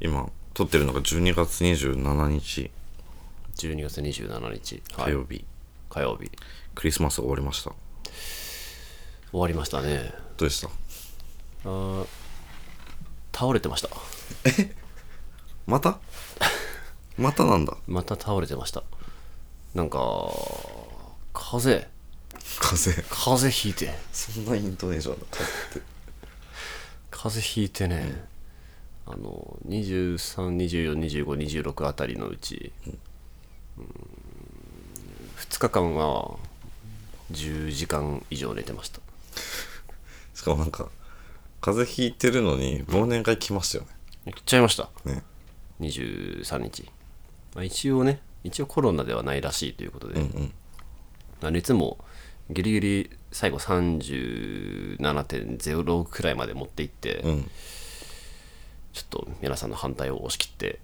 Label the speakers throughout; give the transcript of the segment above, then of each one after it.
Speaker 1: 今撮ってるのが12月27日
Speaker 2: 12月27日、は
Speaker 1: 火
Speaker 2: い、
Speaker 1: 曜日、
Speaker 2: 火曜日
Speaker 1: クリスマスが終わりましたど
Speaker 2: 終わりましたね
Speaker 1: うでした
Speaker 2: あー倒れてました
Speaker 1: またまたなんだ
Speaker 2: また倒れてましたなんか風邪
Speaker 1: 風邪
Speaker 2: 風邪ひいて
Speaker 1: そんなイントネーションだって
Speaker 2: 風邪ひいてね、あの23242526あたりのうち、2日間は10時間以上寝てました
Speaker 1: しかもなんか風邪ひいてるのに忘年会来ましたよ
Speaker 2: 行っちゃいました
Speaker 1: ねね
Speaker 2: 23日、まあ、一応ね一応コロナではないらしいということで、
Speaker 1: うん
Speaker 2: あのいつもギリギリ最後37.06くらいまで持っていって、
Speaker 1: うん
Speaker 2: ちょっと皆さんの反対を押し切って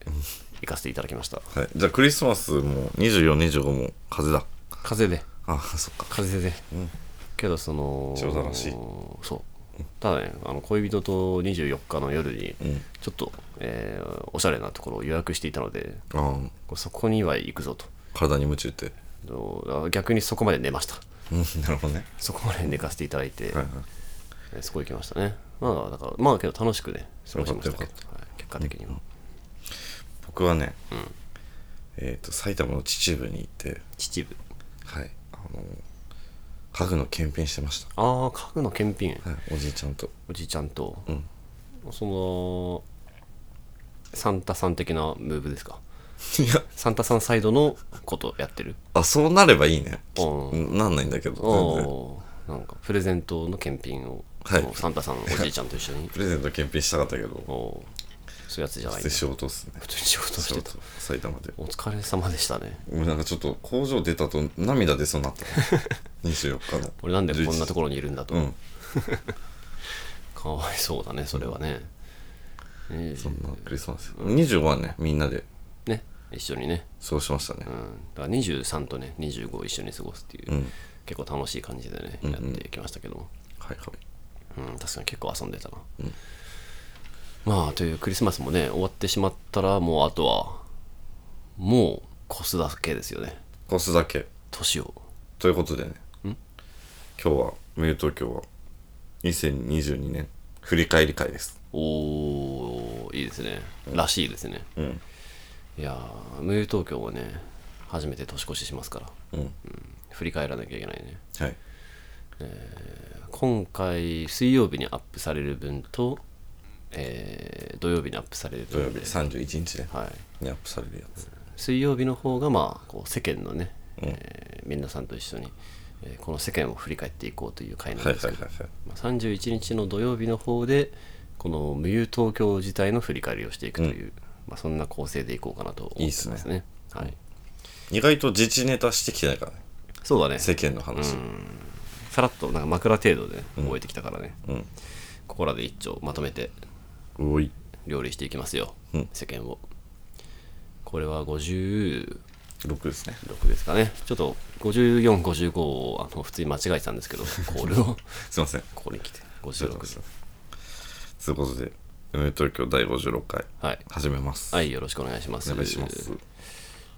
Speaker 2: 行かせていただきました
Speaker 1: はいじゃあクリスマスも2425も風邪だ
Speaker 2: 風邪で
Speaker 1: あそっか
Speaker 2: 風邪で、けどその
Speaker 1: 冗談らしい
Speaker 2: そうただねあの恋人と24日の夜に
Speaker 1: うん
Speaker 2: ちょっと、えーおしゃれなところを予約していたので
Speaker 1: あ
Speaker 2: そこには行くぞと
Speaker 1: あ体に夢中って
Speaker 2: あの逆にそこまで寝ました
Speaker 1: うんなるほどね
Speaker 2: そこまで寝かせていただいて、
Speaker 1: はいはい
Speaker 2: えーそこ行きましたねまあだからまあけど楽しくね過ごしましたけ
Speaker 1: よ
Speaker 2: ど
Speaker 1: かっ、
Speaker 2: はい結果的には、
Speaker 1: 僕はね、えっ、と埼玉の秩父に行って
Speaker 2: 秩父
Speaker 1: はいあの家具の検品してました
Speaker 2: ああ家具の検品、
Speaker 1: はいおじいちゃんと
Speaker 2: おじいちゃんと、
Speaker 1: うん
Speaker 2: そのサンタさん的なムーブですか
Speaker 1: いや
Speaker 2: サンタさんサイドのこと やってる
Speaker 1: あそうなればいいね
Speaker 2: う
Speaker 1: なんないんだけど全然
Speaker 2: おーなんかプレゼントの検品を、
Speaker 1: はい
Speaker 2: そのサンタさんのおじいちゃんと一緒に
Speaker 1: プレゼント検品したかったけど
Speaker 2: おーそういうやつじゃな
Speaker 1: 普
Speaker 2: い
Speaker 1: 通に仕事っすね
Speaker 2: 普通に仕事
Speaker 1: 仕
Speaker 2: して
Speaker 1: 事
Speaker 2: た
Speaker 1: 埼玉で
Speaker 2: お疲れ様でしたね
Speaker 1: 俺なんかちょっと工場出たと涙出そうになった 24日の
Speaker 2: 俺なんでこんなところにいるんだと、
Speaker 1: うん
Speaker 2: かわいそうだねそれはね、えー
Speaker 1: そんなクリスマス25はねみんなで
Speaker 2: ね一緒にね、
Speaker 1: そうしましたね
Speaker 2: うん、だから23とね25を一緒に過ごすっていう、
Speaker 1: うん
Speaker 2: 結構楽しい感じでねやってきましたけども、
Speaker 1: はいはい
Speaker 2: うん確かに結構遊んでたな、まあというクリスマスもね終わってしまったらもうあとはもう越すだけですよね
Speaker 1: コスだけ
Speaker 2: 年を
Speaker 1: ということでね今日はミュート今日は2022年振り返り会です
Speaker 2: おーいいですね、らしいですね
Speaker 1: うん
Speaker 2: いやー無友東京はね初めて年越ししますから、
Speaker 1: うん
Speaker 2: うん振り返らなきゃいけないね
Speaker 1: はい
Speaker 2: 今回水曜日にアップされる分と、えー土曜日にアップされる
Speaker 1: 土曜日
Speaker 2: 分で、
Speaker 1: 31日ね
Speaker 2: はい、
Speaker 1: にアップされるやつ
Speaker 2: 水曜日の方がまあこう世間のね、えー皆さんと一緒に、えーこの世間を振り返っていこうという回なん
Speaker 1: はい
Speaker 2: で
Speaker 1: は
Speaker 2: す
Speaker 1: い
Speaker 2: け
Speaker 1: はい
Speaker 2: ど
Speaker 1: はい
Speaker 2: まあ31日の土曜日の方でこの無友東京自体の振り返りをしていくという、まあ、そんな構成でいこうかなと思ってま
Speaker 1: い
Speaker 2: す
Speaker 1: い
Speaker 2: ね
Speaker 1: っす
Speaker 2: はい、
Speaker 1: 意外と自治ネタしてきてないからね
Speaker 2: そうだね
Speaker 1: 世間の話
Speaker 2: さらっとなんか枕程度でね覚えてきたからね、
Speaker 1: うん
Speaker 2: ここらで一丁まとめて
Speaker 1: おい
Speaker 2: 料理していきますよ、
Speaker 1: うん
Speaker 2: 世間をこれは50
Speaker 1: 6ですね
Speaker 2: 6ですかねちょっと5455をあの普通に間違えてたんで すけどコールを
Speaker 1: すいません
Speaker 2: ここに来て
Speaker 1: そうです
Speaker 2: 56
Speaker 1: ということで「夢東京第56回」
Speaker 2: はい
Speaker 1: 始めます
Speaker 2: はいよろしくお願いします
Speaker 1: お願いします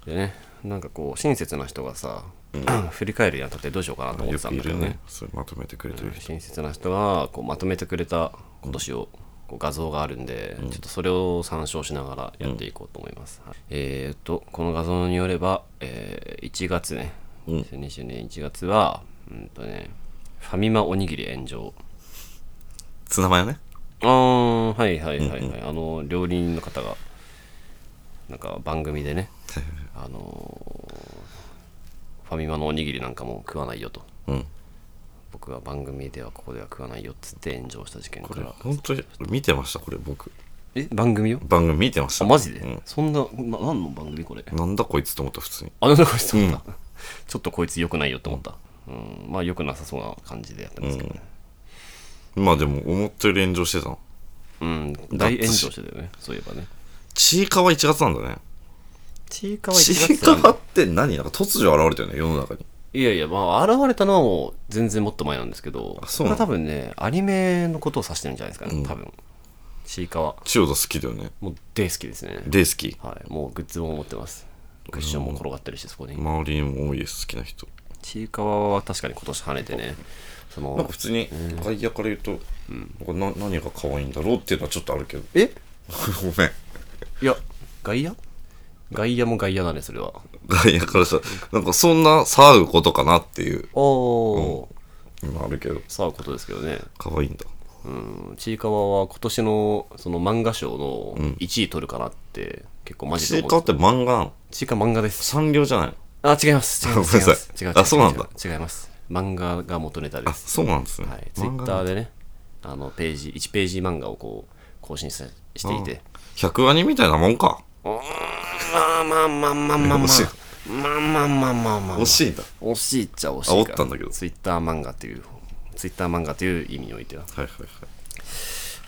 Speaker 2: でねなんかこう親切な人がさ、 振り返るにあたってどうしようかなと思っ
Speaker 1: よ
Speaker 2: てた
Speaker 1: く
Speaker 2: ん
Speaker 1: い
Speaker 2: だけど
Speaker 1: る
Speaker 2: ね
Speaker 1: ねそれまとめてくれてる人
Speaker 2: 親切な人がこうまとめてくれた今年をこう画像があるんで、ちょっとそれを参照しながらやっていこうと思います、はいえー、っとこの画像によれば、えー1月ね
Speaker 1: うん
Speaker 2: 2020年1月はうんとねファミマおにぎり炎上
Speaker 1: ツナマヨね
Speaker 2: ああはいはいはいはい、あの料理人の方がなんか番組でねあのーファミマのおにぎりなんかも食わないよと
Speaker 1: うん
Speaker 2: 僕が番組ではここでは食わないよっつって炎上した事件
Speaker 1: こ
Speaker 2: か
Speaker 1: れ
Speaker 2: ら
Speaker 1: 本当に見てましたこれ僕
Speaker 2: え番組よ
Speaker 1: 番組見てました
Speaker 2: あマジで、
Speaker 1: う
Speaker 2: そんなな何の番組これ
Speaker 1: んなんだこいつと思った普通に
Speaker 2: あなんだこいつと思った、ちょっとこいつ良くないよって思った、うんまあ良くなさそうな感じでやってますけどね
Speaker 1: まあでも思ったより炎上してたの
Speaker 2: うん、大炎上してたよねそういえばね
Speaker 1: ちいかわ1月なんだね
Speaker 2: ちいかわ
Speaker 1: ち
Speaker 2: 1
Speaker 1: い
Speaker 2: 月な
Speaker 1: かわ
Speaker 2: んだ
Speaker 1: って何なんか突如現れたよね世の中に
Speaker 2: いやいやまあ現れたのはもう全然もっと前なんですけど
Speaker 1: あそうなの
Speaker 2: これは多分ねアニメのことを指してるんじゃないですかね、
Speaker 1: うん
Speaker 2: 多分ちいかわ
Speaker 1: 千代田好きだよね
Speaker 2: もう大好きですね
Speaker 1: で好き
Speaker 2: はいもうグッズも持ってますクッションも転がってるしそこに
Speaker 1: 周りにも多いです好きな人
Speaker 2: ちいかわは確かに今年跳ねてねそ
Speaker 1: なん
Speaker 2: の
Speaker 1: か普通に外野から言うと、なんかな何が可愛いんだろうっていうのはちょっとあるけど
Speaker 2: え
Speaker 1: ごめん
Speaker 2: いや外野外野も外野だねそれは
Speaker 1: 外野からしたらなんかそんな騒ぐことかなっていう
Speaker 2: おお、
Speaker 1: 今あるけど
Speaker 2: さあことですけどね
Speaker 1: 可愛いんだ
Speaker 2: うんちいかわは今年のその漫画賞の1位取るかなって結構マジ
Speaker 1: ち
Speaker 2: で
Speaker 1: いか
Speaker 2: 思
Speaker 1: わ
Speaker 2: っ
Speaker 1: って
Speaker 2: て
Speaker 1: 漫画なの
Speaker 2: ちいかわ漫画です
Speaker 1: 産業じゃないの
Speaker 2: あ違い ます違います違います
Speaker 1: ご
Speaker 2: 違
Speaker 1: めんなさい
Speaker 2: いま
Speaker 1: あ
Speaker 2: す
Speaker 1: そうなんだ
Speaker 2: 違います漫画が元ネタで
Speaker 1: あ
Speaker 2: す
Speaker 1: そうなんですね、
Speaker 2: はいツイ
Speaker 1: 漫
Speaker 2: ッ
Speaker 1: 画
Speaker 2: タ
Speaker 1: な
Speaker 2: ー
Speaker 1: んだ
Speaker 2: でねあのページ1ページ漫画をこう更新さしていて
Speaker 1: 百ワニみたいなもんか
Speaker 2: まあまあまあまあまあまあ
Speaker 1: 惜しい
Speaker 2: まあまあまあまあまあ
Speaker 1: 惜しいんだ
Speaker 2: 惜しいっちゃ惜しい
Speaker 1: あ煽ったんだけど
Speaker 2: ツイッター漫画っていうツイッター漫画という意味においては
Speaker 1: はいはいはい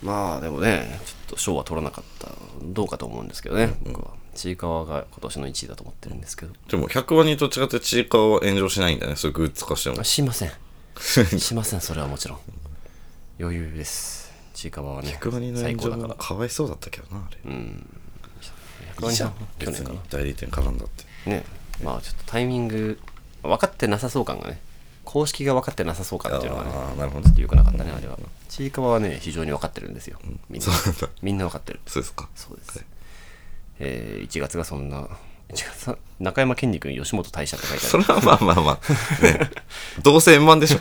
Speaker 2: まあでもねちょっと賞は取らなかったどうかと思うんですけどね僕はちいかわが今年の1位だと思ってるんですけど
Speaker 1: でも百ワニと違ってちいかわは炎上しないんだねそういうグッズ化しても
Speaker 2: あしま せんしませんそれはもちろん余裕ですちいかわはね
Speaker 1: 百ワニの
Speaker 2: 最
Speaker 1: 炎
Speaker 2: 高
Speaker 1: 上
Speaker 2: だ
Speaker 1: も
Speaker 2: から
Speaker 1: かわいそうだったけどなあれ、
Speaker 2: 百万人去
Speaker 1: 別
Speaker 2: 年か
Speaker 1: に代理店絡んだって
Speaker 2: なねまあちょっとタイミング分かってなさそう感がね公式が分かってなさそう感っていうのがね
Speaker 1: あーなるほど
Speaker 2: ちょっと良くなかったねあれはちいかわはね非常に分かってるんですよみんな
Speaker 1: そうなんだ
Speaker 2: みんな分かってる
Speaker 1: そうですか
Speaker 2: そうです、えー1月がそんな1月は中山健二君吉本大社って書いてあ
Speaker 1: そ
Speaker 2: る
Speaker 1: れはまあまあま あ、ね、どうせ円満でしょ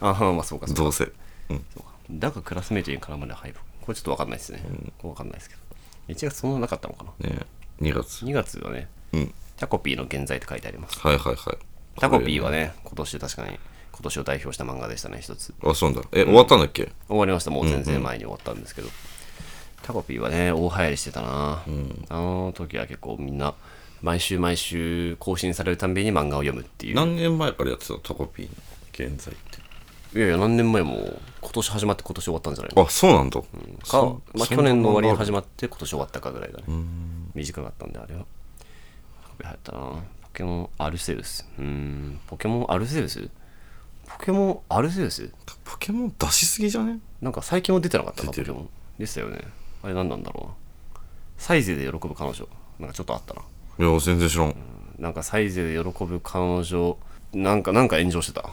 Speaker 2: ああまあそうかそうか
Speaker 1: どうせ、うん、
Speaker 2: そうかだがクラスメイトに絡むで敗北これちょっと分かんないですね、これ分かんないですけど1月そんななかったのかな
Speaker 1: ね2月
Speaker 2: 2月はね
Speaker 1: うん
Speaker 2: タコピーの現在って書いてあります
Speaker 1: はいはいはい
Speaker 2: タコピーはね今年確かに今年を代表した漫画でしたね一つ
Speaker 1: あそうなんだえ、終わったんだっけ
Speaker 2: 終わりましたもう全然前に終わったんですけど、タコピーはね大流行りしてたな、あの時は結構みんな毎週毎週更新されるたんびに漫画を読むっていう
Speaker 1: 何年前からやってたのタコピーの現在って
Speaker 2: いやいや何年前も今年始まって今年終わったんじゃないの
Speaker 1: あそうなんだ、
Speaker 2: か
Speaker 1: そ、
Speaker 2: まあ、
Speaker 1: そ
Speaker 2: 去年の終わりに
Speaker 1: んな
Speaker 2: 始まって今年終わったかぐらいだね短かったんであれはタコピー流行ったなポケモンアルセウスうーんポケモンアルセウスポケモンアルセウス
Speaker 1: あるポケモン出しすぎじゃね
Speaker 2: なんか最近は出てなかったか
Speaker 1: 出てる
Speaker 2: ポケモンでしたよねあれ何なんだろうなサイゼで喜ぶ彼女なんかちょっとあったない
Speaker 1: や全然知らん
Speaker 2: なんかサイゼで喜ぶ彼女なんかなんか炎上してた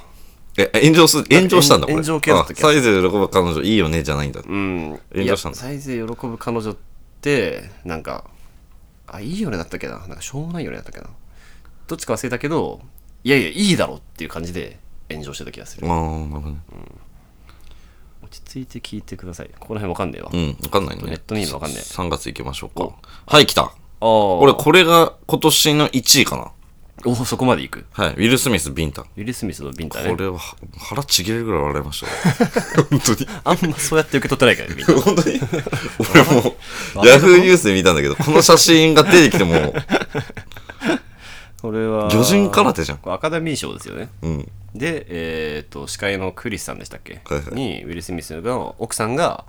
Speaker 1: え炎上す炎上したんだこれ
Speaker 2: 炎上系だったっけ
Speaker 1: あサイズで喜ぶ彼女いいよねじゃないんだ、
Speaker 2: うん
Speaker 1: 炎上したん
Speaker 2: い
Speaker 1: だ
Speaker 2: やサイゼで喜ぶ彼女ってなんかあいいよねだったっけななんかしょうもないよねだったっけなどっちか忘れたけどいやいやいいだろっていう感じで炎上してた気がする
Speaker 1: ああなるほどね
Speaker 2: 落ち着いて聞いてくださいここら辺わかんねえわ、
Speaker 1: うん分かんないね
Speaker 2: ネットミームわかんねえ
Speaker 1: 3月行きましょうかはい来た
Speaker 2: ああ
Speaker 1: 俺これが今年の1位かな
Speaker 2: おそこまでいく
Speaker 1: はいウィル・スミス・ビンタン
Speaker 2: ウィル・スミスのビンタね
Speaker 1: これはは腹ちぎれるぐらい笑いましたね本当に
Speaker 2: あんまそうやって受け取ってないからねみんな
Speaker 1: 本 当に俺もヤフーニュースで見たんだけどこの写真が出てきて も
Speaker 2: これは
Speaker 1: 魚人空手じゃん
Speaker 2: これアカデミー賞ですよね
Speaker 1: うん
Speaker 2: で、えー、と司会のクリスさんでしたっけ、
Speaker 1: はいはい
Speaker 2: にウィル・スミスの奥さんが、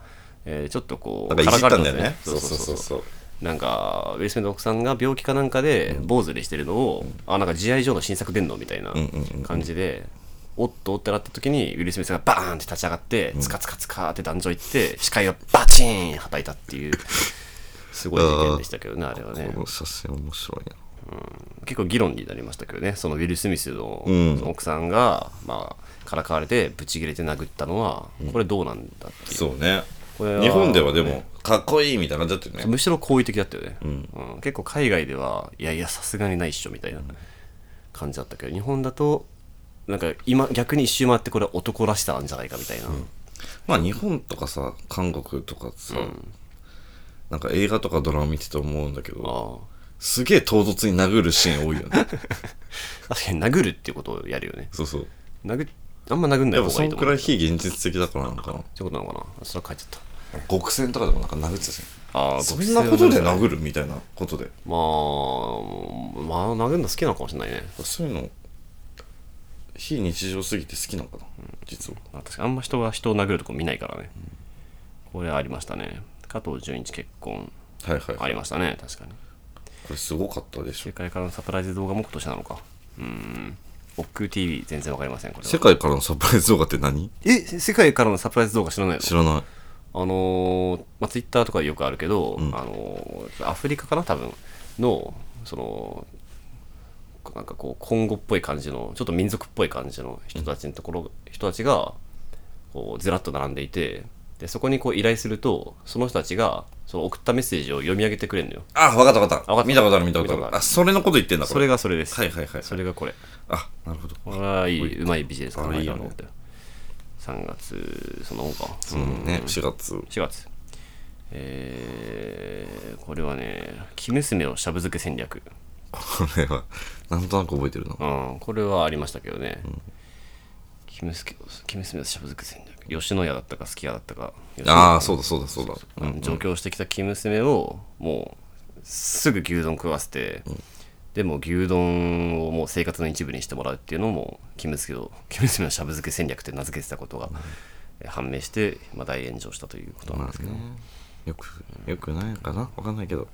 Speaker 2: えーちょっとこう
Speaker 1: なんかいじったんだよ
Speaker 2: から
Speaker 1: ね
Speaker 2: か
Speaker 1: そ
Speaker 2: れてたん
Speaker 1: う
Speaker 2: です
Speaker 1: そうそうそう
Speaker 2: なんかウィル・スミスの奥さんが病気かなんかで坊主にしてるのを、あなんか試合上の新作出んのみたいな感じで、おっとってなった時にウィル・スミスがバーンって立ち上がって、つかつかつかって壇上行って司会がバチーン叩いたっていうすごい事件でしたけどねあれはね
Speaker 1: この写真面白いな
Speaker 2: 結構議論になりましたけどねそのウィル・スミスの
Speaker 1: ん
Speaker 2: その奥さんが、まあ、からかわれてブチ切れて殴ったのはこれどうなんだっていう、
Speaker 1: そうね
Speaker 2: これは
Speaker 1: 日本ではでもかっこいいみたいな感じだったよね
Speaker 2: むしろ好意的だったよね、うん結構海外ではいやいやさすがにないっしょみたいな感じだったけど日本だとなんか今逆に一周回ってこれは男らしさなんじゃないかみたいな、
Speaker 1: まあ日本とかさ韓国とかさなんか映画とかドラマ見てて思うんだけど
Speaker 2: ああ
Speaker 1: すげえ唐突に殴るシーン多いよ ね
Speaker 2: 確かに殴るっていうことをやるよね
Speaker 1: そうそう
Speaker 2: 殴っあんま殴んない
Speaker 1: やっぱ
Speaker 2: 方が
Speaker 1: そ
Speaker 2: いい
Speaker 1: ん
Speaker 2: と
Speaker 1: く
Speaker 2: 思う
Speaker 1: ら
Speaker 2: っ
Speaker 1: い非現実的だからなのかな
Speaker 2: てことなのかなそれは書いちゃっ
Speaker 1: 極戦とかでもなんか殴ってたじゃん
Speaker 2: たああ
Speaker 1: そんなことで
Speaker 2: まあ
Speaker 1: 殴るみたいなことで
Speaker 2: まあ殴るの好きなのかもしれないね
Speaker 1: そういうの非日常すぎて好きなのかな、実は
Speaker 2: 私あんま人が人を殴るとこ見ないからね、これありましたね加藤純一結婚
Speaker 1: はいはい、
Speaker 2: あ
Speaker 1: はい、
Speaker 2: りましたね確かに
Speaker 1: これすごかったでしょ
Speaker 2: 世界からのサプライズ動画も今年なのかうーん億劫 TV 全然わかりませんこれは
Speaker 1: 世界からのサプライズ動画って何
Speaker 2: え世界からのサプライズ動画知らないの
Speaker 1: 知らない
Speaker 2: あのーまあ、ツイッターとかでよくあるけど、
Speaker 1: ん
Speaker 2: あのーアフリカかな多分のそのなんかこう今後っぽい感じのちょっと民族っぽい感じの人たちのところ、人たちがこうずらっと並んでいてでそこにこう依頼するとその人たちがその送ったメッセージを読み上げてくれるのよ
Speaker 1: あ、わかったわかった。
Speaker 2: わかった
Speaker 1: 見たことある見たことあ
Speaker 2: 見たこ
Speaker 1: る。
Speaker 2: とある
Speaker 1: あ、それのこと言ってんだ、こ
Speaker 2: そ
Speaker 1: れ。
Speaker 2: れがそれです
Speaker 1: はいはいはい
Speaker 2: それがこれ
Speaker 1: あ、なるほど。
Speaker 2: これはいいうまいビジネスだ
Speaker 1: あ
Speaker 2: ない
Speaker 1: い
Speaker 2: と
Speaker 1: よね
Speaker 2: 思って3月その本か
Speaker 1: そうね、4月。
Speaker 2: 4月えー、これはね「生娘をしゃぶ漬け戦略」
Speaker 1: これは、なんとなく覚えてるな。
Speaker 2: うんこれはありましたけどね「生、娘を生娘をしゃぶ漬け戦略」吉野家だったかすき家だったか
Speaker 1: ああ、そうだそうだそうだ。
Speaker 2: あの上京してきた生娘をもうすぐ牛丼食わせて、でも牛丼をもう生活の一部にしてもらうっていうのも生娘を生娘のしゃぶ漬け戦略って名付けてたことがえ判明して、まあ、大炎上したということなんですけど、
Speaker 1: よく、よくないかなわかんないけど。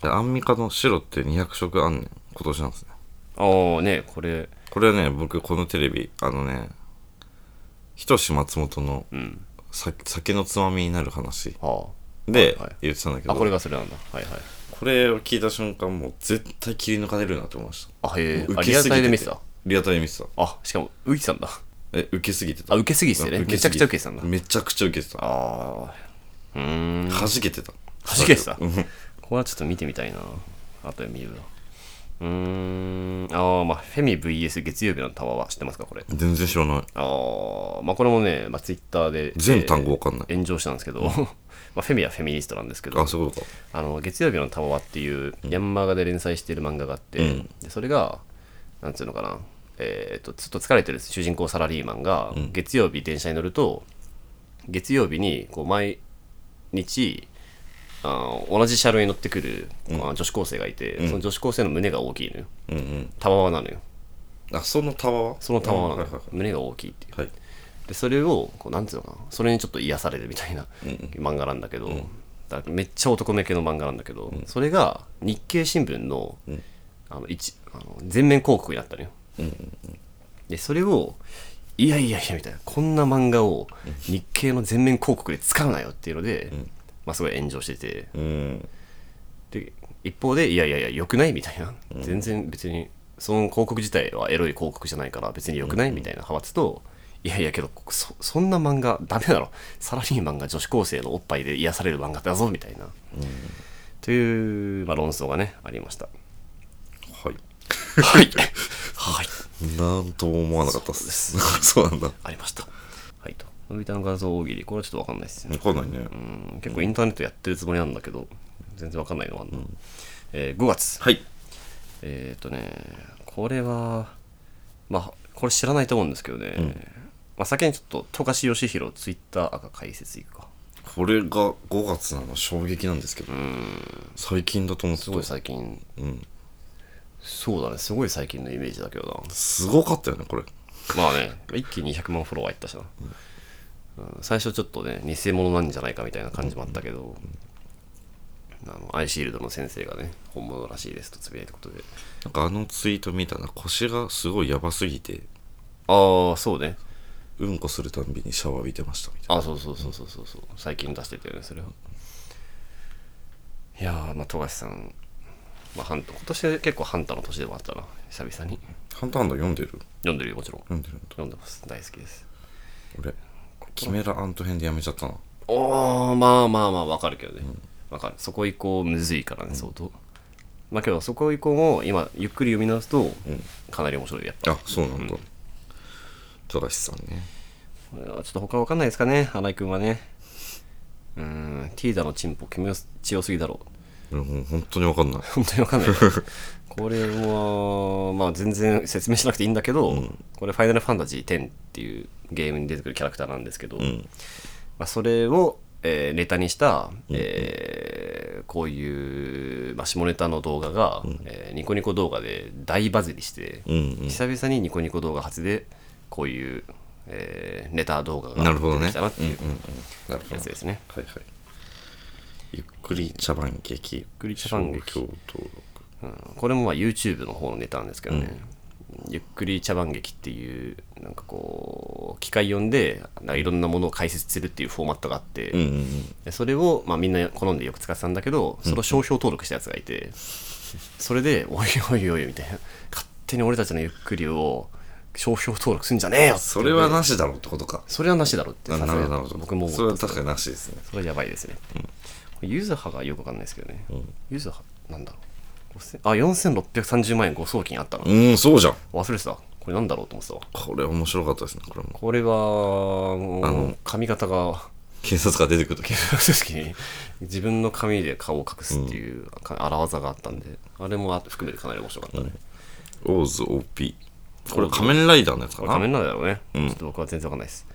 Speaker 1: でアンミカの白って200色あんねん。今年なんですね。
Speaker 2: ああねこれ
Speaker 1: これはね、僕、このテレビ、あのね、ひとし松本の、さ酒のつまみになる話
Speaker 2: は
Speaker 1: で
Speaker 2: はい
Speaker 1: 言ってたんだけ
Speaker 2: あ
Speaker 1: ど、
Speaker 2: あこれがそれなんだはいはい
Speaker 1: これを聞いた瞬間、もう絶対切り抜かれるなって思いました。
Speaker 2: あへえ
Speaker 1: 受
Speaker 2: あ
Speaker 1: け
Speaker 2: リア
Speaker 1: すぎてて
Speaker 2: ルタイで見てた
Speaker 1: リアタイで見てた。
Speaker 2: あしかも浮いてたんだ
Speaker 1: え、受けすぎてた。
Speaker 2: あ受けすぎててね
Speaker 1: うん
Speaker 2: めちゃくちゃ受けてたんだ
Speaker 1: めちゃくちゃ受けてた。
Speaker 2: ああうーん
Speaker 1: 弾けてた。
Speaker 2: 弾けてた
Speaker 1: うん
Speaker 2: これはちょっと見てみたいなあとで見るなうーんああまあフェミ VS 月曜日のタワーは知ってますかこれ
Speaker 1: 全然知らない。
Speaker 2: ああまあこれもね、まあ、ツイッターで
Speaker 1: 全単語わかんない
Speaker 2: えー炎上したんですけど まあフェミはフェミニストなんですけど
Speaker 1: あ、そういうことか。
Speaker 2: あの月曜日のたわわっていうヤンマガで連載している漫画があって、
Speaker 1: うん
Speaker 2: でそれがなんつうのかなえーっとちょっと疲れてる主人公サラリーマンが月曜日電車に乗ると月曜日にこう毎日あー同じ車両に乗ってくる、まあ女子高生がいて、その女子高生の胸が大きいのよ
Speaker 1: うんうん。
Speaker 2: たわわなのよ
Speaker 1: あ、そのタワーは
Speaker 2: そのたわわな
Speaker 1: うん
Speaker 2: のよ
Speaker 1: はいはい
Speaker 2: 胸が大きいっていう
Speaker 1: はい。はい
Speaker 2: でそれをこうなんつうのかなそれにちょっと癒されるみたいな漫画なんだけど、だからめっちゃ男目系の漫画なんだけど、それが日経新聞の,、あの一あの全面広告になったのよ。でそれをいやいやいやみたいなこんな漫画を日経の全面広告で使うなよっていうので、まあ、すごい炎上してて
Speaker 1: うん。
Speaker 2: で一方でいやいやいや良くないみたいな、全然別にその広告自体はエロい広告じゃないから別に良くないみたいな派閥と、いやいやけどそそんな漫画ダメだろサラリーマンが女子高生のおっぱいで癒される漫画だぞみたいな、という、まあ、論争がねありました
Speaker 1: はい。
Speaker 2: はいはい
Speaker 1: なんとも思わなかったっす。 そうなんだ。
Speaker 2: ありましたはいとのび太の画像大喜利これはちょっと分かんないですね
Speaker 1: わかんないね。
Speaker 2: うん結構インターネットやってるつもりなんだけど全然分かんないのがあんな、えー5月
Speaker 1: はい。
Speaker 2: えーっ、とね、これは、まあ、これ知らないと思うんですけどね、まあ、先にちょっと、富樫義弘ツイッター赤解説いくか。
Speaker 1: これが5月なの衝撃なんですけど。最近だと思って
Speaker 2: すごい
Speaker 1: た。
Speaker 2: 最近、
Speaker 1: うん。
Speaker 2: そうだね、すごい最近のイメージだけど
Speaker 1: すごかったよね、これ。
Speaker 2: な。まあね、一気に100万フォロワーいったしな。うん最初ちょっとね、偽物なんじゃないかみたいな感じもあったけど、あのアイシールドの先生がね、本物らしいですとつぶやいたことで。
Speaker 1: なんかあのツイート見たな。腰がすごいやばすぎて、
Speaker 2: ああ、そうね。
Speaker 1: うんこするたんびにシャワー浴びてましたみたいな。
Speaker 2: あそうそうそうそうそうそう最近出してたよねそれはいやーまあ富樫さん、まあ、ハン今年は結構ハンターの年でもあったな久々に
Speaker 1: ハンターハンター読んでる
Speaker 2: 読んでるよもちろん
Speaker 1: 読んでるんだ。
Speaker 2: 読んでます大好きです
Speaker 1: 俺、キメラアント編でやめちゃったな。
Speaker 2: おーまあまあまあわかるけどねわかるそこ以降むずいからね相当、まあけどそこ以降も今ゆっくり読み直すとかなり面白いやっぱ
Speaker 1: あ、そうなんだ。富樫さんね。
Speaker 2: これはちょっと他わかんないですかね新井君はねうーんティーダのチンポ君は強すぎだろう
Speaker 1: 俺もう本当にわかんない。
Speaker 2: 本当にわかんない これはまあ全然説明しなくていいんだけど、これ「ファイナルファンタジー10」っていうゲームに出てくるキャラクターなんですけど、
Speaker 1: うん。
Speaker 2: まあ、それを、えーネタにした、えーこういう、まあ、下ネタの動画が、えーニコニコ動画で大バズりして、
Speaker 1: うんうん。
Speaker 2: 久々にニコニコ動画初でこういう、えーネタ動画が
Speaker 1: なるほど
Speaker 2: 出て
Speaker 1: ね
Speaker 2: きたなっていう
Speaker 1: なるほど。
Speaker 2: やつですね。
Speaker 1: はいはい。ゆっくり茶番劇。ゆっ
Speaker 2: くり茶番劇
Speaker 1: 商標登録。
Speaker 2: うんこれもまあ YouTube の方のネタなんですけどね、ゆっくり茶番劇っていうなんかここう機械呼んでなんかいろんなものを解説するっていうフォーマットがあって、
Speaker 1: うんうんうん
Speaker 2: でそれを、まあ、みんな好んでよく使ってたんだけどそれを商標登録したやつがいて、それで「おいおいおい」みたいな「勝手に俺たちのゆっくりを商標登録すんじゃねえよ」
Speaker 1: それはなしだろうってことか
Speaker 2: それはなしだろって
Speaker 1: な
Speaker 2: さ
Speaker 1: な
Speaker 2: すが
Speaker 1: るほ
Speaker 2: に
Speaker 1: ど
Speaker 2: 僕も思った
Speaker 1: それは確かになしですね
Speaker 2: それはやばいですね、ユーズハがよくわかんないですけどね、ユーズハなんだろう5000あ4630万円誤送金あったの、
Speaker 1: うんそうじゃん
Speaker 2: 忘れてたこれなんだろうと思ってたわ
Speaker 1: これ面白かったですねこれも
Speaker 2: これはもう
Speaker 1: あの
Speaker 2: 髪型が
Speaker 1: 警察が出てくるとき
Speaker 2: 警察の時に自分の髪で顔を隠すっていうか荒技があったんで、あれも含めてかなり面白かったね、
Speaker 1: オーズ OP これ仮面ライダーのやつか
Speaker 2: 仮
Speaker 1: な
Speaker 2: 面なんだろうね、ちょっと僕は全然わかんないです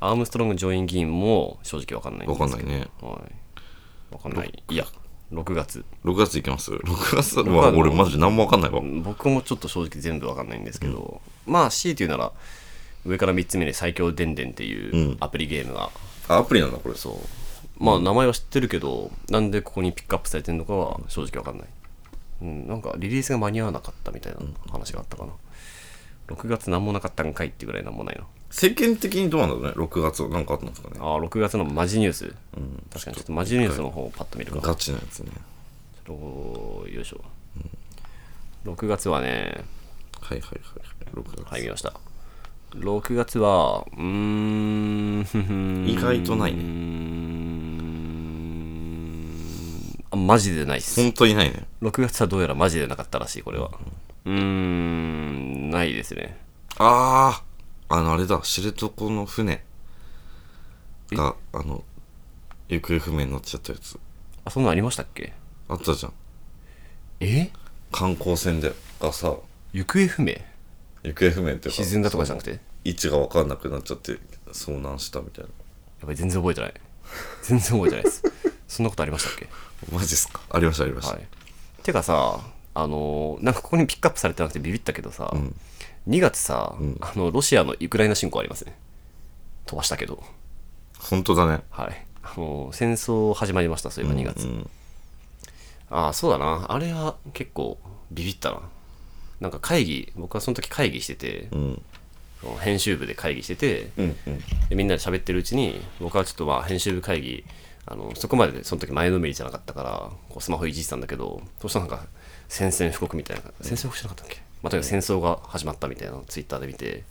Speaker 2: アームストロング上院議員も正直わかんないんで
Speaker 1: わ
Speaker 2: す
Speaker 1: か
Speaker 2: け
Speaker 1: ん
Speaker 2: ど
Speaker 1: ないね
Speaker 2: はいわかんないいや6月
Speaker 1: 6月いきます6月
Speaker 2: 六月
Speaker 1: は俺マジ何もわかんないわ
Speaker 2: 僕もちょっと正直全部わかんないんですけど、まあ C というなら上から3つ目で最強でんでんっていうアプリゲームが、
Speaker 1: あアプリなんだこれ
Speaker 2: そうまあ名前は知ってるけどなんでここにピックアップされてるのかは正直わかんない、うん、なんかリリースが間に合わなかったみたいな話があったかな、6月なんもなかったんかいってぐらいなんもないな
Speaker 1: 世間的にどうなんだろうね6月は何かあったんですかね
Speaker 2: ああ6月のマジニュース、確かにちょっとマジニュースの方をパッと見るか
Speaker 1: ガチなやつね
Speaker 2: ちょっとよいしょ、6月はね
Speaker 1: はいはいはい6
Speaker 2: は
Speaker 1: 月
Speaker 2: い、見ました。6月は、うーんふふん、
Speaker 1: 意外とないね
Speaker 2: うーんあ、マジでないっす。
Speaker 1: 本当にないね
Speaker 2: 6月はどうやらマジでなかったらしい、これは。うーん、ないですね。
Speaker 1: あああのあれだ知床の船があの行方不明になっちゃったやつ
Speaker 2: あ、そんなんありましたっけ
Speaker 1: あったじゃん
Speaker 2: え
Speaker 1: 観光船でがさ
Speaker 2: 行方不明
Speaker 1: 行方不明っていうか
Speaker 2: 沈んだとかじゃなくてや
Speaker 1: 位置が分かんなくなっちゃって遭難したみたいな
Speaker 2: っぱり全然覚えてない。全然覚えてないです。そんなことありましたっけ
Speaker 1: マジっすかありましたありました、
Speaker 2: はい、てかさあのーなんかここにピックアップされてなくてビビったけどさ、2月さ、あのロシアのウクライナ侵攻ありますね飛ばしたけど、
Speaker 1: 本当だね
Speaker 2: はい、あのー戦争始まりましたそういえば2月、
Speaker 1: うん
Speaker 2: ああそうだなあれは結構ビビったななんか会議僕はその時会議してて、
Speaker 1: うん
Speaker 2: その編集部で会議してて、
Speaker 1: うんうん
Speaker 2: でみんなで喋ってるうちに僕はちょっとまあ編集部会議あのそこまでその時前のめりじゃなかったからこうスマホいじってたんだけどそしたらなんか宣戦布告みたいな宣戦布告しなかったっけ、まあ、とにかく戦争が始まったみたいなのをツイッターで見て、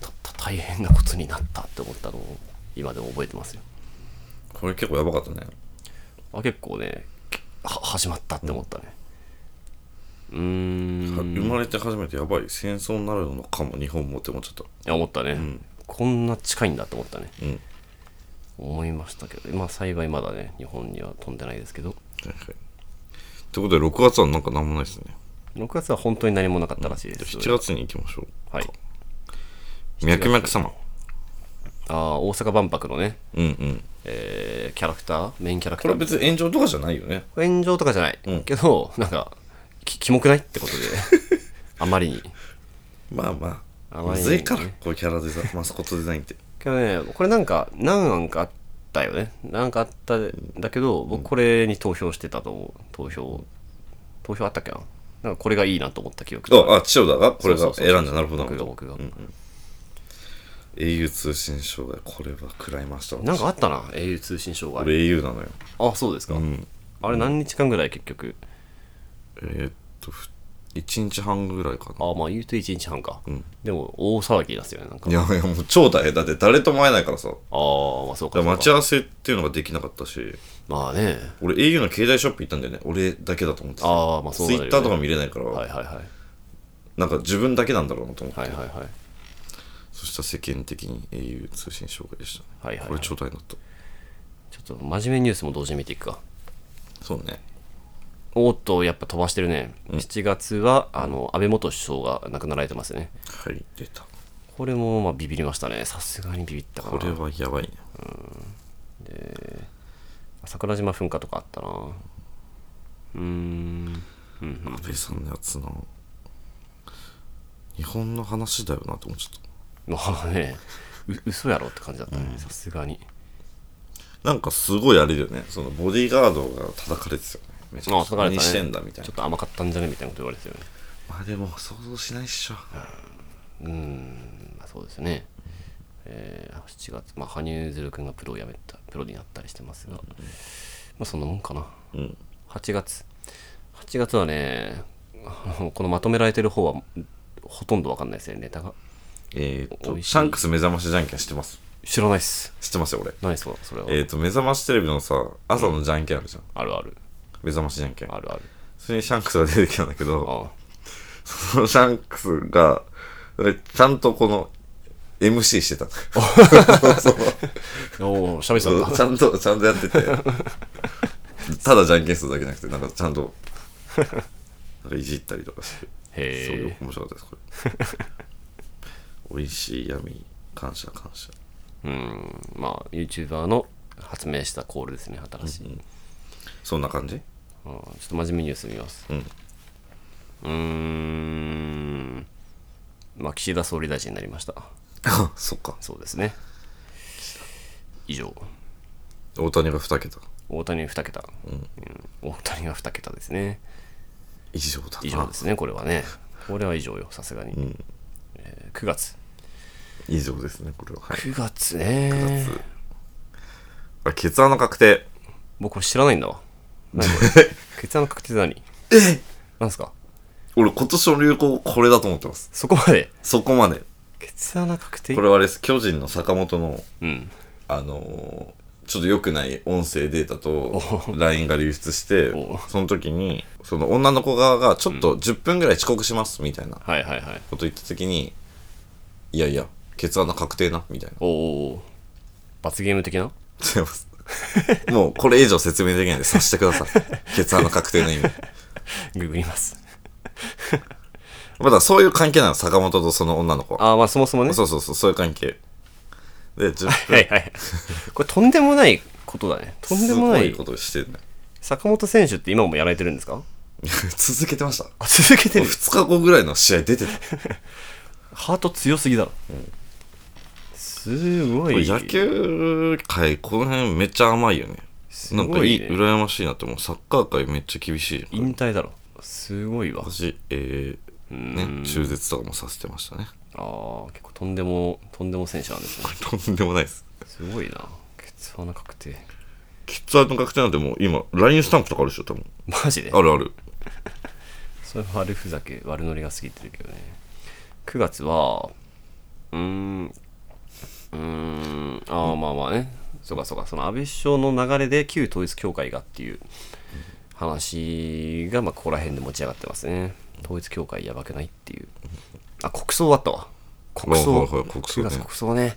Speaker 2: たた大変なことになったって思ったのを今でも覚えてますよ
Speaker 1: これ結構やばかったね
Speaker 2: あ結構ねは始まったって思ったねうーん
Speaker 1: 生まれて初めてやばい戦争になるのかも日本もって思っちゃった
Speaker 2: いや思ったね、こんな近いんだって思ったね
Speaker 1: うん
Speaker 2: 思いましたけどまあ幸いまだね日本には飛んでないですけど
Speaker 1: はいはいということで6月はなんか何もないですね
Speaker 2: 6月は本当に何もなかったらしいです。
Speaker 1: 7月に行きましょ
Speaker 2: はい。
Speaker 1: う脈々様
Speaker 2: ああ、大阪万博のね、
Speaker 1: うんうん
Speaker 2: えーキャラクター、メインキャラク
Speaker 1: こ
Speaker 2: タ
Speaker 1: れ
Speaker 2: ー。
Speaker 1: は別に炎上とかじゃないよね
Speaker 2: 炎上とかじゃない。けど、なんか、きキモくないってことで、 あまりに。
Speaker 1: まあまあ
Speaker 2: あま
Speaker 1: む
Speaker 2: りに
Speaker 1: ずいからこういうキャラデザ インマスコットデザインって
Speaker 2: けどね、これなんか、何案かあったよね。何かあったんだけど、僕これに投票してたと思う。投票、投票あったっけななんかこれがいいなと思った記憶
Speaker 1: ああ千代田がこれ
Speaker 2: そう
Speaker 1: が
Speaker 2: そうそう
Speaker 1: 選んだなるほどな
Speaker 2: 僕
Speaker 1: るほ
Speaker 2: が
Speaker 1: ど
Speaker 2: 僕が。
Speaker 1: au 通信障害これは食らいました
Speaker 2: なんかあったな、au 通信障害。
Speaker 1: 俺 au なのよ
Speaker 2: あ、そうですか。
Speaker 1: ん
Speaker 2: あれ何日間ぐらい結局。
Speaker 1: えーっとふ1日半ぐらいかな
Speaker 2: ああまあ言うと1日半か、
Speaker 1: ん
Speaker 2: でも大騒ぎですよねなんか
Speaker 1: い
Speaker 2: あ
Speaker 1: やいやもう超大変だって誰とも会えないからさ
Speaker 2: あまあそうか
Speaker 1: だ
Speaker 2: そう
Speaker 1: か
Speaker 2: から
Speaker 1: 待ち合わせっていうのができなかったし
Speaker 2: まあね
Speaker 1: 俺 au の携帯ショップ行ったんだよね俺だけだと思ってた
Speaker 2: ああまあそうだよ
Speaker 1: ツイッ
Speaker 2: ね
Speaker 1: ターとか見れないから、
Speaker 2: はいはいはい
Speaker 1: なんか自分だけなんだろうなと思って、
Speaker 2: はいはいはい
Speaker 1: そしたら世間的に au 通信障害でしたね、
Speaker 2: はいはいはい
Speaker 1: これ超大変だった
Speaker 2: ちょっと真面目ニュースも同時に見ていくか
Speaker 1: そうね
Speaker 2: おーっとやっぱ飛ばしてるね、7月はあの安倍元首相が亡くなられてますね
Speaker 1: はい出た
Speaker 2: これもまあビビりましたねさすがにビビったか
Speaker 1: これ
Speaker 2: な
Speaker 1: はやばいね
Speaker 2: 桜島噴火とかあったなうーん
Speaker 1: 安倍さんのやつな日本の話だよなと思っちゃっ
Speaker 2: まあねう嘘やろって感じだったねさすがに
Speaker 1: たなんかすごいあれだよねそのボディーガードが叩かれてたよねめちゃ
Speaker 2: あ
Speaker 1: くちゃ
Speaker 2: 叩かれ
Speaker 1: 何
Speaker 2: たね
Speaker 1: してんだみたい
Speaker 2: ちょ
Speaker 1: な
Speaker 2: っと甘かったんじゃねみたいなこと言われてたよね
Speaker 1: まあでも想像しないっしょ
Speaker 2: うーん、まあ、そうですね。えー7月、まあ、羽生結弦君がプロを辞めたプロになったりしてますが、まあ、そんなもんかな
Speaker 1: うん
Speaker 2: 8月8月はね あのこのまとめられてる方はほとんどわかんないですねネタが
Speaker 1: えーっ
Speaker 2: 美
Speaker 1: と
Speaker 2: 味しい
Speaker 1: シャンクス目覚ましじゃんけん知ってます
Speaker 2: 知らないっす
Speaker 1: 知ってますよ俺
Speaker 2: 何そそれは、
Speaker 1: えーっと目覚ましテレビのさ朝のじゃんけんあるじゃん
Speaker 2: あるある
Speaker 1: 目覚ましじゃんけん
Speaker 2: あるある
Speaker 1: それにシャンクスが出てきたんだけど
Speaker 2: ああ
Speaker 1: そのシャンクスが、ちゃんとこの、MC してた。
Speaker 2: おおしゃべってたんだ
Speaker 1: ちゃんと、ちゃんとやってて。ただじゃんけんするだけじゃなくて、なんかちゃんと、なんかいじったりとかして。すごい
Speaker 2: へ
Speaker 1: 面白かったです、 これ。美味しい闇、感謝感謝。
Speaker 2: えうんまあ YouTuber の発明したコールですね新しい、うん
Speaker 1: そんな感じ
Speaker 2: ちょっと真面目にニュース見ます
Speaker 1: うん。
Speaker 2: うーんまあ岸田総理大臣になりました
Speaker 1: あ、そっか。
Speaker 2: そうですね以上
Speaker 1: 大谷が2桁。
Speaker 2: 大谷2桁、うん大谷が2桁ですね
Speaker 1: 以上だな。
Speaker 2: 以上ですねこれはねこれは以上よさすがに、
Speaker 1: ん
Speaker 2: えー9月
Speaker 1: 以上ですね、これは。はい。
Speaker 2: 9月ね
Speaker 1: 九月あケツ穴確定。
Speaker 2: 僕これ知らないんだわ何 これ決断の確定って何えなんすか
Speaker 1: 俺今年の流行これだと思ってます。
Speaker 2: そこまで
Speaker 1: そこまで。
Speaker 2: 決断の確定
Speaker 1: これはあれです巨人の坂本の、
Speaker 2: うん
Speaker 1: あのーちょっと良くない音声データと
Speaker 2: お
Speaker 1: LINE が流出して
Speaker 2: お
Speaker 1: その時にその女の子側がちょっと10分ぐらい遅刻しますみたいなこ
Speaker 2: はいはいはい
Speaker 1: と言った時にいやいや決断の確定なみたいな
Speaker 2: おーおー罰ゲーム的な
Speaker 1: 違いますもうこれ以上説明できないんで察してくださ い決断の確定の意味
Speaker 2: ググります
Speaker 1: まだそういう関係なの坂本とその女の子は
Speaker 2: ああまあそもそもね
Speaker 1: そうそうそうそういう関係で10分
Speaker 2: はいはい これとんでもないことだねとんですもな
Speaker 1: ご
Speaker 2: い
Speaker 1: いことしてるね
Speaker 2: 坂本選手って今もやられてるんですか
Speaker 1: 続けてました
Speaker 2: あ続けてる
Speaker 1: 2日後ぐらいの試合出てた
Speaker 2: ハート強すぎだろ、すご
Speaker 1: こ
Speaker 2: い
Speaker 1: れ野球界この辺めっちゃ甘いよね
Speaker 2: す
Speaker 1: なんか
Speaker 2: ご
Speaker 1: い
Speaker 2: い、
Speaker 1: い
Speaker 2: ね、
Speaker 1: 羨ましいなって思うサッカー界めっちゃ厳しいじゃん
Speaker 2: 引退だろすごいわ
Speaker 1: 私えー、ね中絶とかもさせてましたね
Speaker 2: ああ結構とんでもとんでも選手なんですね
Speaker 1: とんでもないです
Speaker 2: すごいな血穴確定
Speaker 1: 血圧の確定なんてもう今 LINE スタンプとかあるでしょ多分
Speaker 2: マジで
Speaker 1: あるある
Speaker 2: それ悪ふざけ悪ノリが過ぎてるけどね9月はうーんうーんああまあまあねそうかそうかその安倍首相の流れで旧統一教会がっていう話がまあここら辺で持ち上がってますね統一教会やばくないっていうあ国葬あったわ国葬、
Speaker 1: はいはいはい国葬ね
Speaker 2: 9月国葬ね、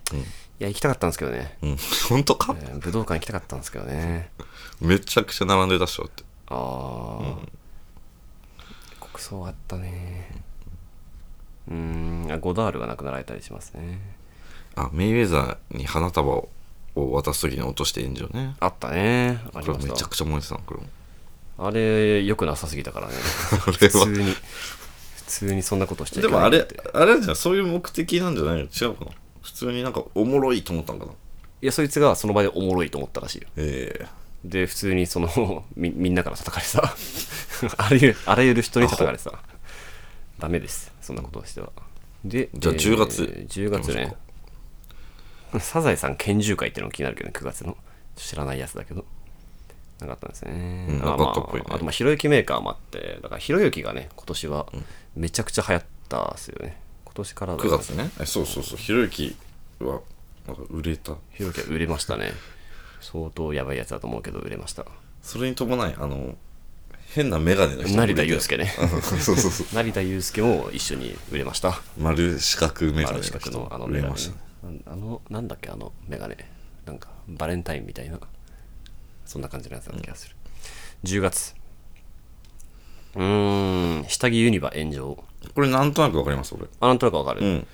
Speaker 2: いや行きたかったんですけどね、
Speaker 1: うん 本当か
Speaker 2: えー武道館行きたかったんですけどね
Speaker 1: めちゃくちゃ並んでたっしょって
Speaker 2: ああ、国葬あったねうーんあゴダールが亡くなられたりしますね
Speaker 1: あメイウェザーに花束を渡す時に落として炎上ね
Speaker 2: あったねあり
Speaker 1: これ
Speaker 2: ま
Speaker 1: め
Speaker 2: し
Speaker 1: ちゃ
Speaker 2: た
Speaker 1: くちゃ燃えてたのこれも
Speaker 2: あれ良くなさすぎたからね
Speaker 1: あ
Speaker 2: 普
Speaker 1: れ
Speaker 2: 通
Speaker 1: は
Speaker 2: に普通にそんなことしちゃい
Speaker 1: で
Speaker 2: け
Speaker 1: も
Speaker 2: な
Speaker 1: あ
Speaker 2: いな
Speaker 1: れ
Speaker 2: って
Speaker 1: あれじゃんそういう目的なんじゃないの違うかな普通になんかおもろいと思ったんかない
Speaker 2: やそいつがその場でおもろいと思ったらしいよ
Speaker 1: ええ
Speaker 2: で普通にその みみんなから叩かれさ あらゆるあらゆる人に叩かれさダメですそんなことをしてはで
Speaker 1: じゃあ
Speaker 2: えー
Speaker 1: 10月
Speaker 2: 10月ねサザエさん拳銃会っていうのが気になるけどね9月の知らないやつだけどなかったんですね、
Speaker 1: うん
Speaker 2: あ
Speaker 1: なかったっぽいね
Speaker 2: まあ、あとまあひろゆきメーカーもあってだからひろゆきがね今年はめちゃくちゃ流行ったっすよね今年からだ
Speaker 1: 9月ねえそうそうそうひろゆきはなんか売れた
Speaker 2: ひろゆきは売れましたね相当やばいやつだと思うけど売れました
Speaker 1: それに伴いあの変な眼鏡の人も売れ
Speaker 2: 成
Speaker 1: た
Speaker 2: 田
Speaker 1: よ
Speaker 2: 悠介ね
Speaker 1: そうそうそう
Speaker 2: 成田悠介も一緒に売れました
Speaker 1: 丸四角眼鏡
Speaker 2: あの
Speaker 1: の
Speaker 2: 四角
Speaker 1: 人
Speaker 2: のあの
Speaker 1: 売
Speaker 2: メ
Speaker 1: れ
Speaker 2: ガネ
Speaker 1: ましたね
Speaker 2: ねあのなんだっけあのメガネなんかバレンタインみたいなそんな感じのやつな気がする、10月うーん下着ユニバ炎上
Speaker 1: これなんとなくわかります俺
Speaker 2: あなんとなくわかる、
Speaker 1: うん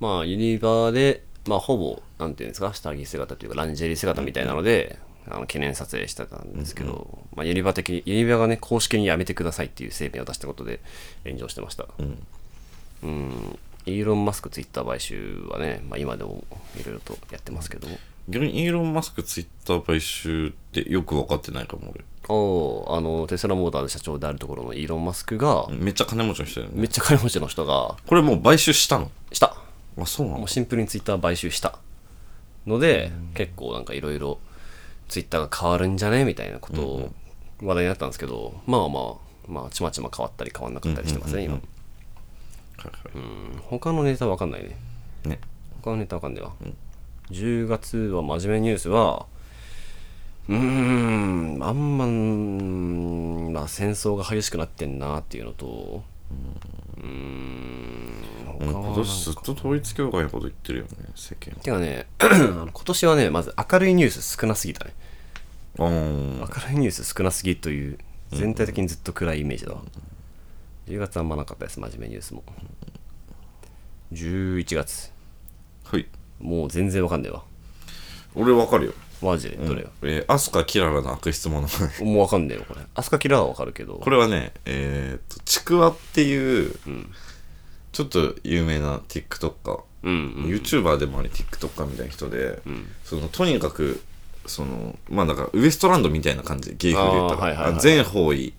Speaker 2: まあユニバでまあほぼなんていうんですか下着姿というかランジェリー姿みたいなので、あの記念撮影してたんですけど、まあ、ユニバ的にユニバがね公式にやめてくださいっていう声明を出したことで炎上してました
Speaker 1: うん
Speaker 2: うん、イーロン・マスク、ツイッター買収はね、まあ、今でもいろいろとやってますけど、
Speaker 1: 逆にイーロン・マスクツイッター買収ってよく分かってないかも俺
Speaker 2: おーあのテスラモーターの社長であるところのイーロン・マスクが、
Speaker 1: めっちゃ金持ちの人だよね
Speaker 2: めっちゃ金持ちの人が、
Speaker 1: これもう買収したの
Speaker 2: した、
Speaker 1: あそうな
Speaker 2: も
Speaker 1: の
Speaker 2: うシンプルにツイッター買収した、ので、結構なんかいろいろツイッターが変わるんじゃねみたいなことを話題になったんですけど、まあまあまあちまちま変わったり変わんなかったりしてますね、今、
Speaker 1: はいは
Speaker 2: うん、他のネタわかんないね
Speaker 1: いね
Speaker 2: 他のネタわかんないわ、10月は真面目ニュースはうーんあんまうんまあ戦争が激しくなってんなっていうのと
Speaker 1: うん
Speaker 2: うーん他は
Speaker 1: 今年ずっと統一教会のこと言ってるよね世間
Speaker 2: てかね あの今年はねまず明るいニュース少なすぎたね
Speaker 1: あー
Speaker 2: 明るいニュース少なすぎという全体的にずっと暗いイメージだわ10月あんまなかったです真面目ニュースも11月
Speaker 1: はい
Speaker 2: もう全然わかんないわ
Speaker 1: 俺わかるよ
Speaker 2: マジでどれよ、
Speaker 1: えー、アスカキララの悪質者
Speaker 2: もうわかんないよこれアスカキラーはわかるけど
Speaker 1: これはねえー、とちくわっていう、ちょっと有名な TikToker、
Speaker 2: うん、
Speaker 1: YouTuber でもあり TikToker みたいな人で、
Speaker 2: ん
Speaker 1: そのとにかくそのまあだからウエストランドみたいな感じ芸風で言ったら、
Speaker 2: あーはいはいはい
Speaker 1: あ全方位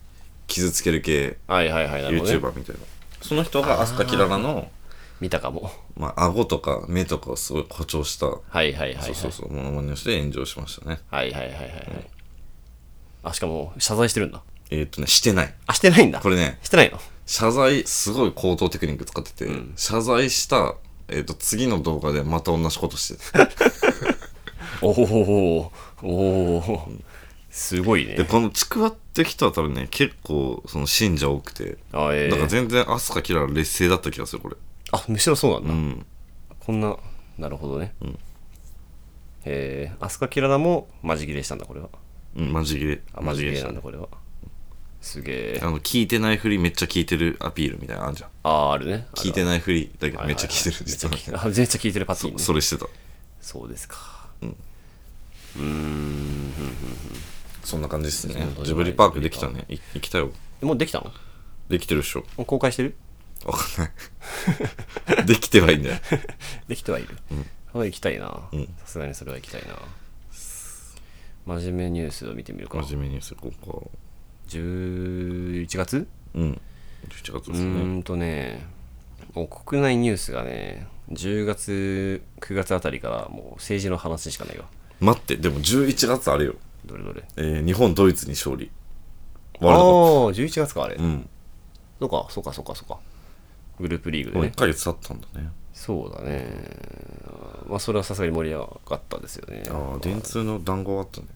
Speaker 1: 傷つける系
Speaker 2: うん、はいはいはいなるほど、ね、
Speaker 1: YouTuber みたいなその人がアスカキララの
Speaker 2: 見たかも
Speaker 1: まあ顎とか目とかをすごい誇張した、
Speaker 2: はいはいはいはい
Speaker 1: そうそうそうモノマネをして炎上しましたね
Speaker 2: はいはいはいはいはいあしかも謝罪してるんだ
Speaker 1: えーっ、とねしてない
Speaker 2: あしてないんだ
Speaker 1: これね
Speaker 2: してないの
Speaker 1: 謝罪すごい高等テクニック使ってて、謝罪した、えー、と次の動画でまた同じことしてて
Speaker 2: おおおおすごいね
Speaker 1: でこのちくわって人は多分ね結構その信者多くて
Speaker 2: あえ
Speaker 1: だか
Speaker 2: ー
Speaker 1: ら全然アスカキララ劣勢だった気がするこれ
Speaker 2: あむしろそうなんだ、
Speaker 1: うん
Speaker 2: こんななるほどね、えー、アスカキララもマジ切れしたんだこれは
Speaker 1: うんマジ切れ
Speaker 2: あマジ切れ
Speaker 1: し
Speaker 2: な
Speaker 1: た
Speaker 2: んだこれはすげえ
Speaker 1: あの聞いてないふりめっちゃ聞いてるアピールみたいなのあんじゃん
Speaker 2: あーあるね
Speaker 1: 聞い
Speaker 2: る
Speaker 1: てないふりだけど
Speaker 2: はいはいは
Speaker 1: めっちゃ
Speaker 2: い
Speaker 1: 聞いてる
Speaker 2: めっち
Speaker 1: 実
Speaker 2: ゃ
Speaker 1: は
Speaker 2: 聞いてるあめっちゃ聞いてるパティーンね
Speaker 1: それしてた
Speaker 2: そうですか
Speaker 1: そんな感じですね
Speaker 2: そうそう
Speaker 1: ジブリパークできたねい行きたよ
Speaker 2: もうできたの
Speaker 1: できてるっしょ
Speaker 2: もう公開してる
Speaker 1: わかんない できてはいいんだよ
Speaker 2: できてはいる、それは行きたいなさすがにそれは行きたいな真面目ニュースを見てみるか
Speaker 1: 真面目にしてこうか
Speaker 2: 11月
Speaker 1: うん。11月で
Speaker 2: う
Speaker 1: すね。
Speaker 2: ーんとねもう国内ニュースがね10月9月あたりからもう政治の話しかないわ
Speaker 1: 待って、でも11月あれよ。
Speaker 2: どれどれ
Speaker 1: えー日本、ドイツに勝利。
Speaker 2: ああ
Speaker 1: ワールド
Speaker 2: ー11月かあれ、
Speaker 1: カップ。うん。
Speaker 2: そうかそうかそうかそうかグループリーグで
Speaker 1: もう
Speaker 2: ね
Speaker 1: 1ヶ月経ったんだね。
Speaker 2: そうだねまあそれはさすがに盛り上がったですよね
Speaker 1: ああ、電通の談合あったね。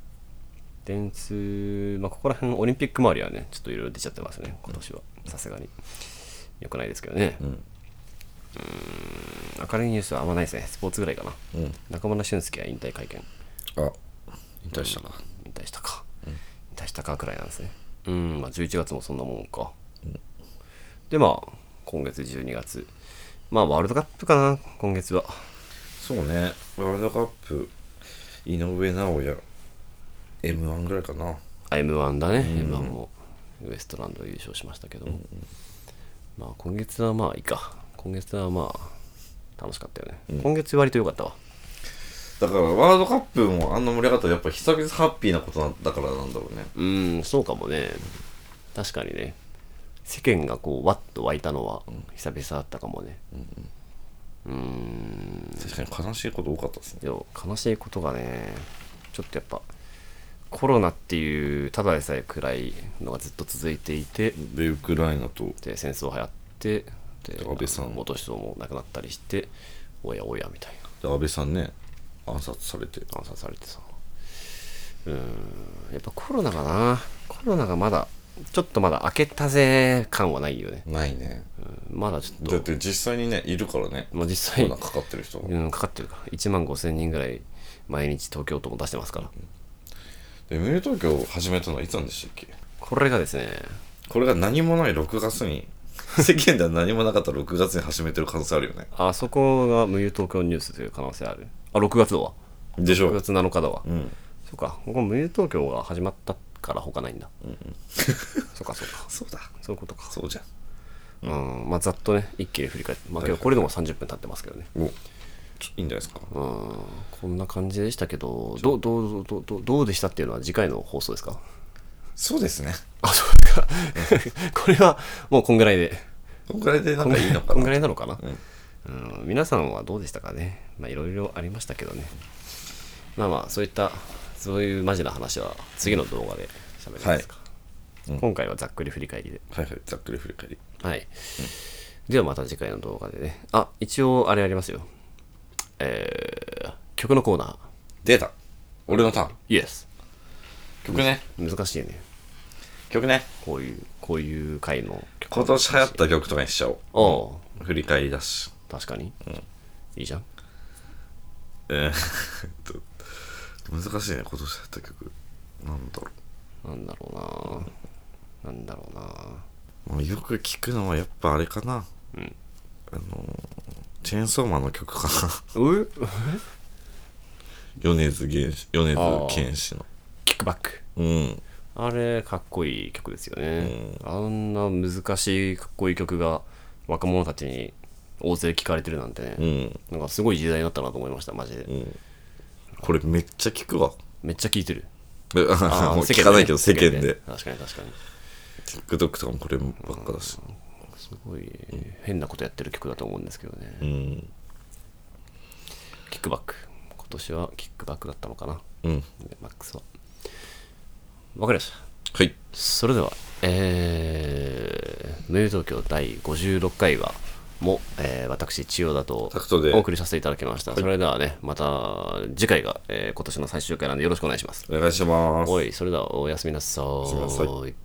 Speaker 2: 電通、まあ、ここら辺オリンピック周りはねちょっといろいろ出ちゃってますね今年はさすがによくないですけどね
Speaker 1: う。
Speaker 2: うんん明るいニュースはあんまないですねスポーツぐらいかな
Speaker 1: うん。
Speaker 2: 中村俊輔は引退会見
Speaker 1: あ、引退したな。
Speaker 2: 引退したか、引退したかくらいなんですねうんまあ11月もそんなもんか、でまあ今月12月まあワールドカップかな今月は
Speaker 1: そうね。ワールドカップ、井上尚弥、M1 ぐらいかな。
Speaker 2: あ M1 だね、M1 もウエストランド優勝しましたけども、まあ今月はまあいいか今月はまあ楽しかったよね、今月割と良かったわ
Speaker 1: だから、ワールドカップもあんな盛り上がったら、やっぱ久々ハッピーなことだからなんだろうね。
Speaker 2: うんそうかもね確かにね世間がこうわっと湧いたのは久々だったかもねうんん
Speaker 1: 確かに悲しいこと多かったですね。
Speaker 2: いや悲しいことがねちょっとやっぱコロナっていうただでさえ暗いのがずっと続いていて、
Speaker 1: で、ウクライナと、
Speaker 2: で戦争流行ってで
Speaker 1: 安倍さん
Speaker 2: 元首相も亡くなったりしておやおやみたい
Speaker 1: で安倍さんね、暗殺されて。
Speaker 2: な暗殺されてさうーんやっぱコロナかなコロナがまだちょっとまだ開けたぜ感はないよね、
Speaker 1: ないね。
Speaker 2: うん、まだちょっ
Speaker 1: だっ
Speaker 2: と
Speaker 1: て実際にねいるからね
Speaker 2: まあ実
Speaker 1: コ
Speaker 2: 際
Speaker 1: ロナかかってる人が、
Speaker 2: うん、かかってるから1万5000人ぐらい毎日東京都も出してますから
Speaker 1: で無料東京を始めたのはいつなんでしたっけ
Speaker 2: これがですね
Speaker 1: これが何もない6月に世間では何もなかった6月に始めてる可能性あるよね
Speaker 2: あそこが無友東京ニュースという可能性あるあ6月だわ
Speaker 1: でしょ
Speaker 2: 6月7日だわ、
Speaker 1: うん
Speaker 2: そうかここ無友東京が始まったから他ないんだ、そうかそうか
Speaker 1: そうだ
Speaker 2: そういうことか。
Speaker 1: そうじゃん
Speaker 2: うん、まあざっとね、一気に振り返って、まあ今日これでも30分経ってますけどね。
Speaker 1: おちょいいんじゃないですか
Speaker 2: うん、こんな感じでしたけど、どうどうどうどうどうでしたっていうのは次回の放送ですか
Speaker 1: そうですね
Speaker 2: あ、そうですか。 これはもうこんぐらいで、
Speaker 1: こんぐらいでなんかいいのか
Speaker 2: こんぐ
Speaker 1: な
Speaker 2: らいなのかな。うん、皆さんはどうでしたかね。まあいろいろありましたけどね。まあまあそういったそういうマジな話は次の動画で喋りますか、今回はざっくり振り返りで
Speaker 1: はいはいざっくり振り返り
Speaker 2: はい、ではまた次回の動画でねあ一応あれありますよえー、曲のコーナー
Speaker 1: 出た俺のターン
Speaker 2: イエス
Speaker 1: 曲ね
Speaker 2: 難しいね
Speaker 1: 曲ね
Speaker 2: こういうこういう回の曲
Speaker 1: 今年流行った曲とかにしちゃお
Speaker 2: おお
Speaker 1: う振り返りだし
Speaker 2: う確かに、いいじゃん
Speaker 1: えー えっと難しいね今年流行った曲なんだろ
Speaker 2: なんだろうななんだろうな
Speaker 1: う、まあ、よく聞くのはやっぱあれかなあのーチェーンソーマンの曲かな
Speaker 2: う
Speaker 1: 米津玄師米
Speaker 2: あー
Speaker 1: 津玄師の
Speaker 2: キックバック
Speaker 1: うん
Speaker 2: あれかっこいい曲ですよね、あんな難しいかっこいい曲が若者たちに大勢聴かれてるなんてね、
Speaker 1: うん
Speaker 2: なんかすごい時代になったなと思いましたマジで、
Speaker 1: うんこれめっちゃ聞くわ
Speaker 2: めっちゃ聴いてる
Speaker 1: もう 聞かないけど世間
Speaker 2: ね
Speaker 1: で
Speaker 2: 確かに確かに
Speaker 1: TikTok とかもこればっかだし
Speaker 2: すごい変なことやってる曲だと思うんですけどね、
Speaker 1: うん
Speaker 2: キックバック今年はキックバックだったのかな
Speaker 1: うん
Speaker 2: マックスはわかりました
Speaker 1: はい
Speaker 2: それでは、えー、無友東京第56回は、も、えー私、千代田と
Speaker 1: タクトで
Speaker 2: お送りさせていただきました。それではね、また次回が、えー今年の最終回なんでよろしくお願いします。
Speaker 1: お願いします
Speaker 2: おい、それではおやすみなさ
Speaker 1: すみなさ
Speaker 2: ーい。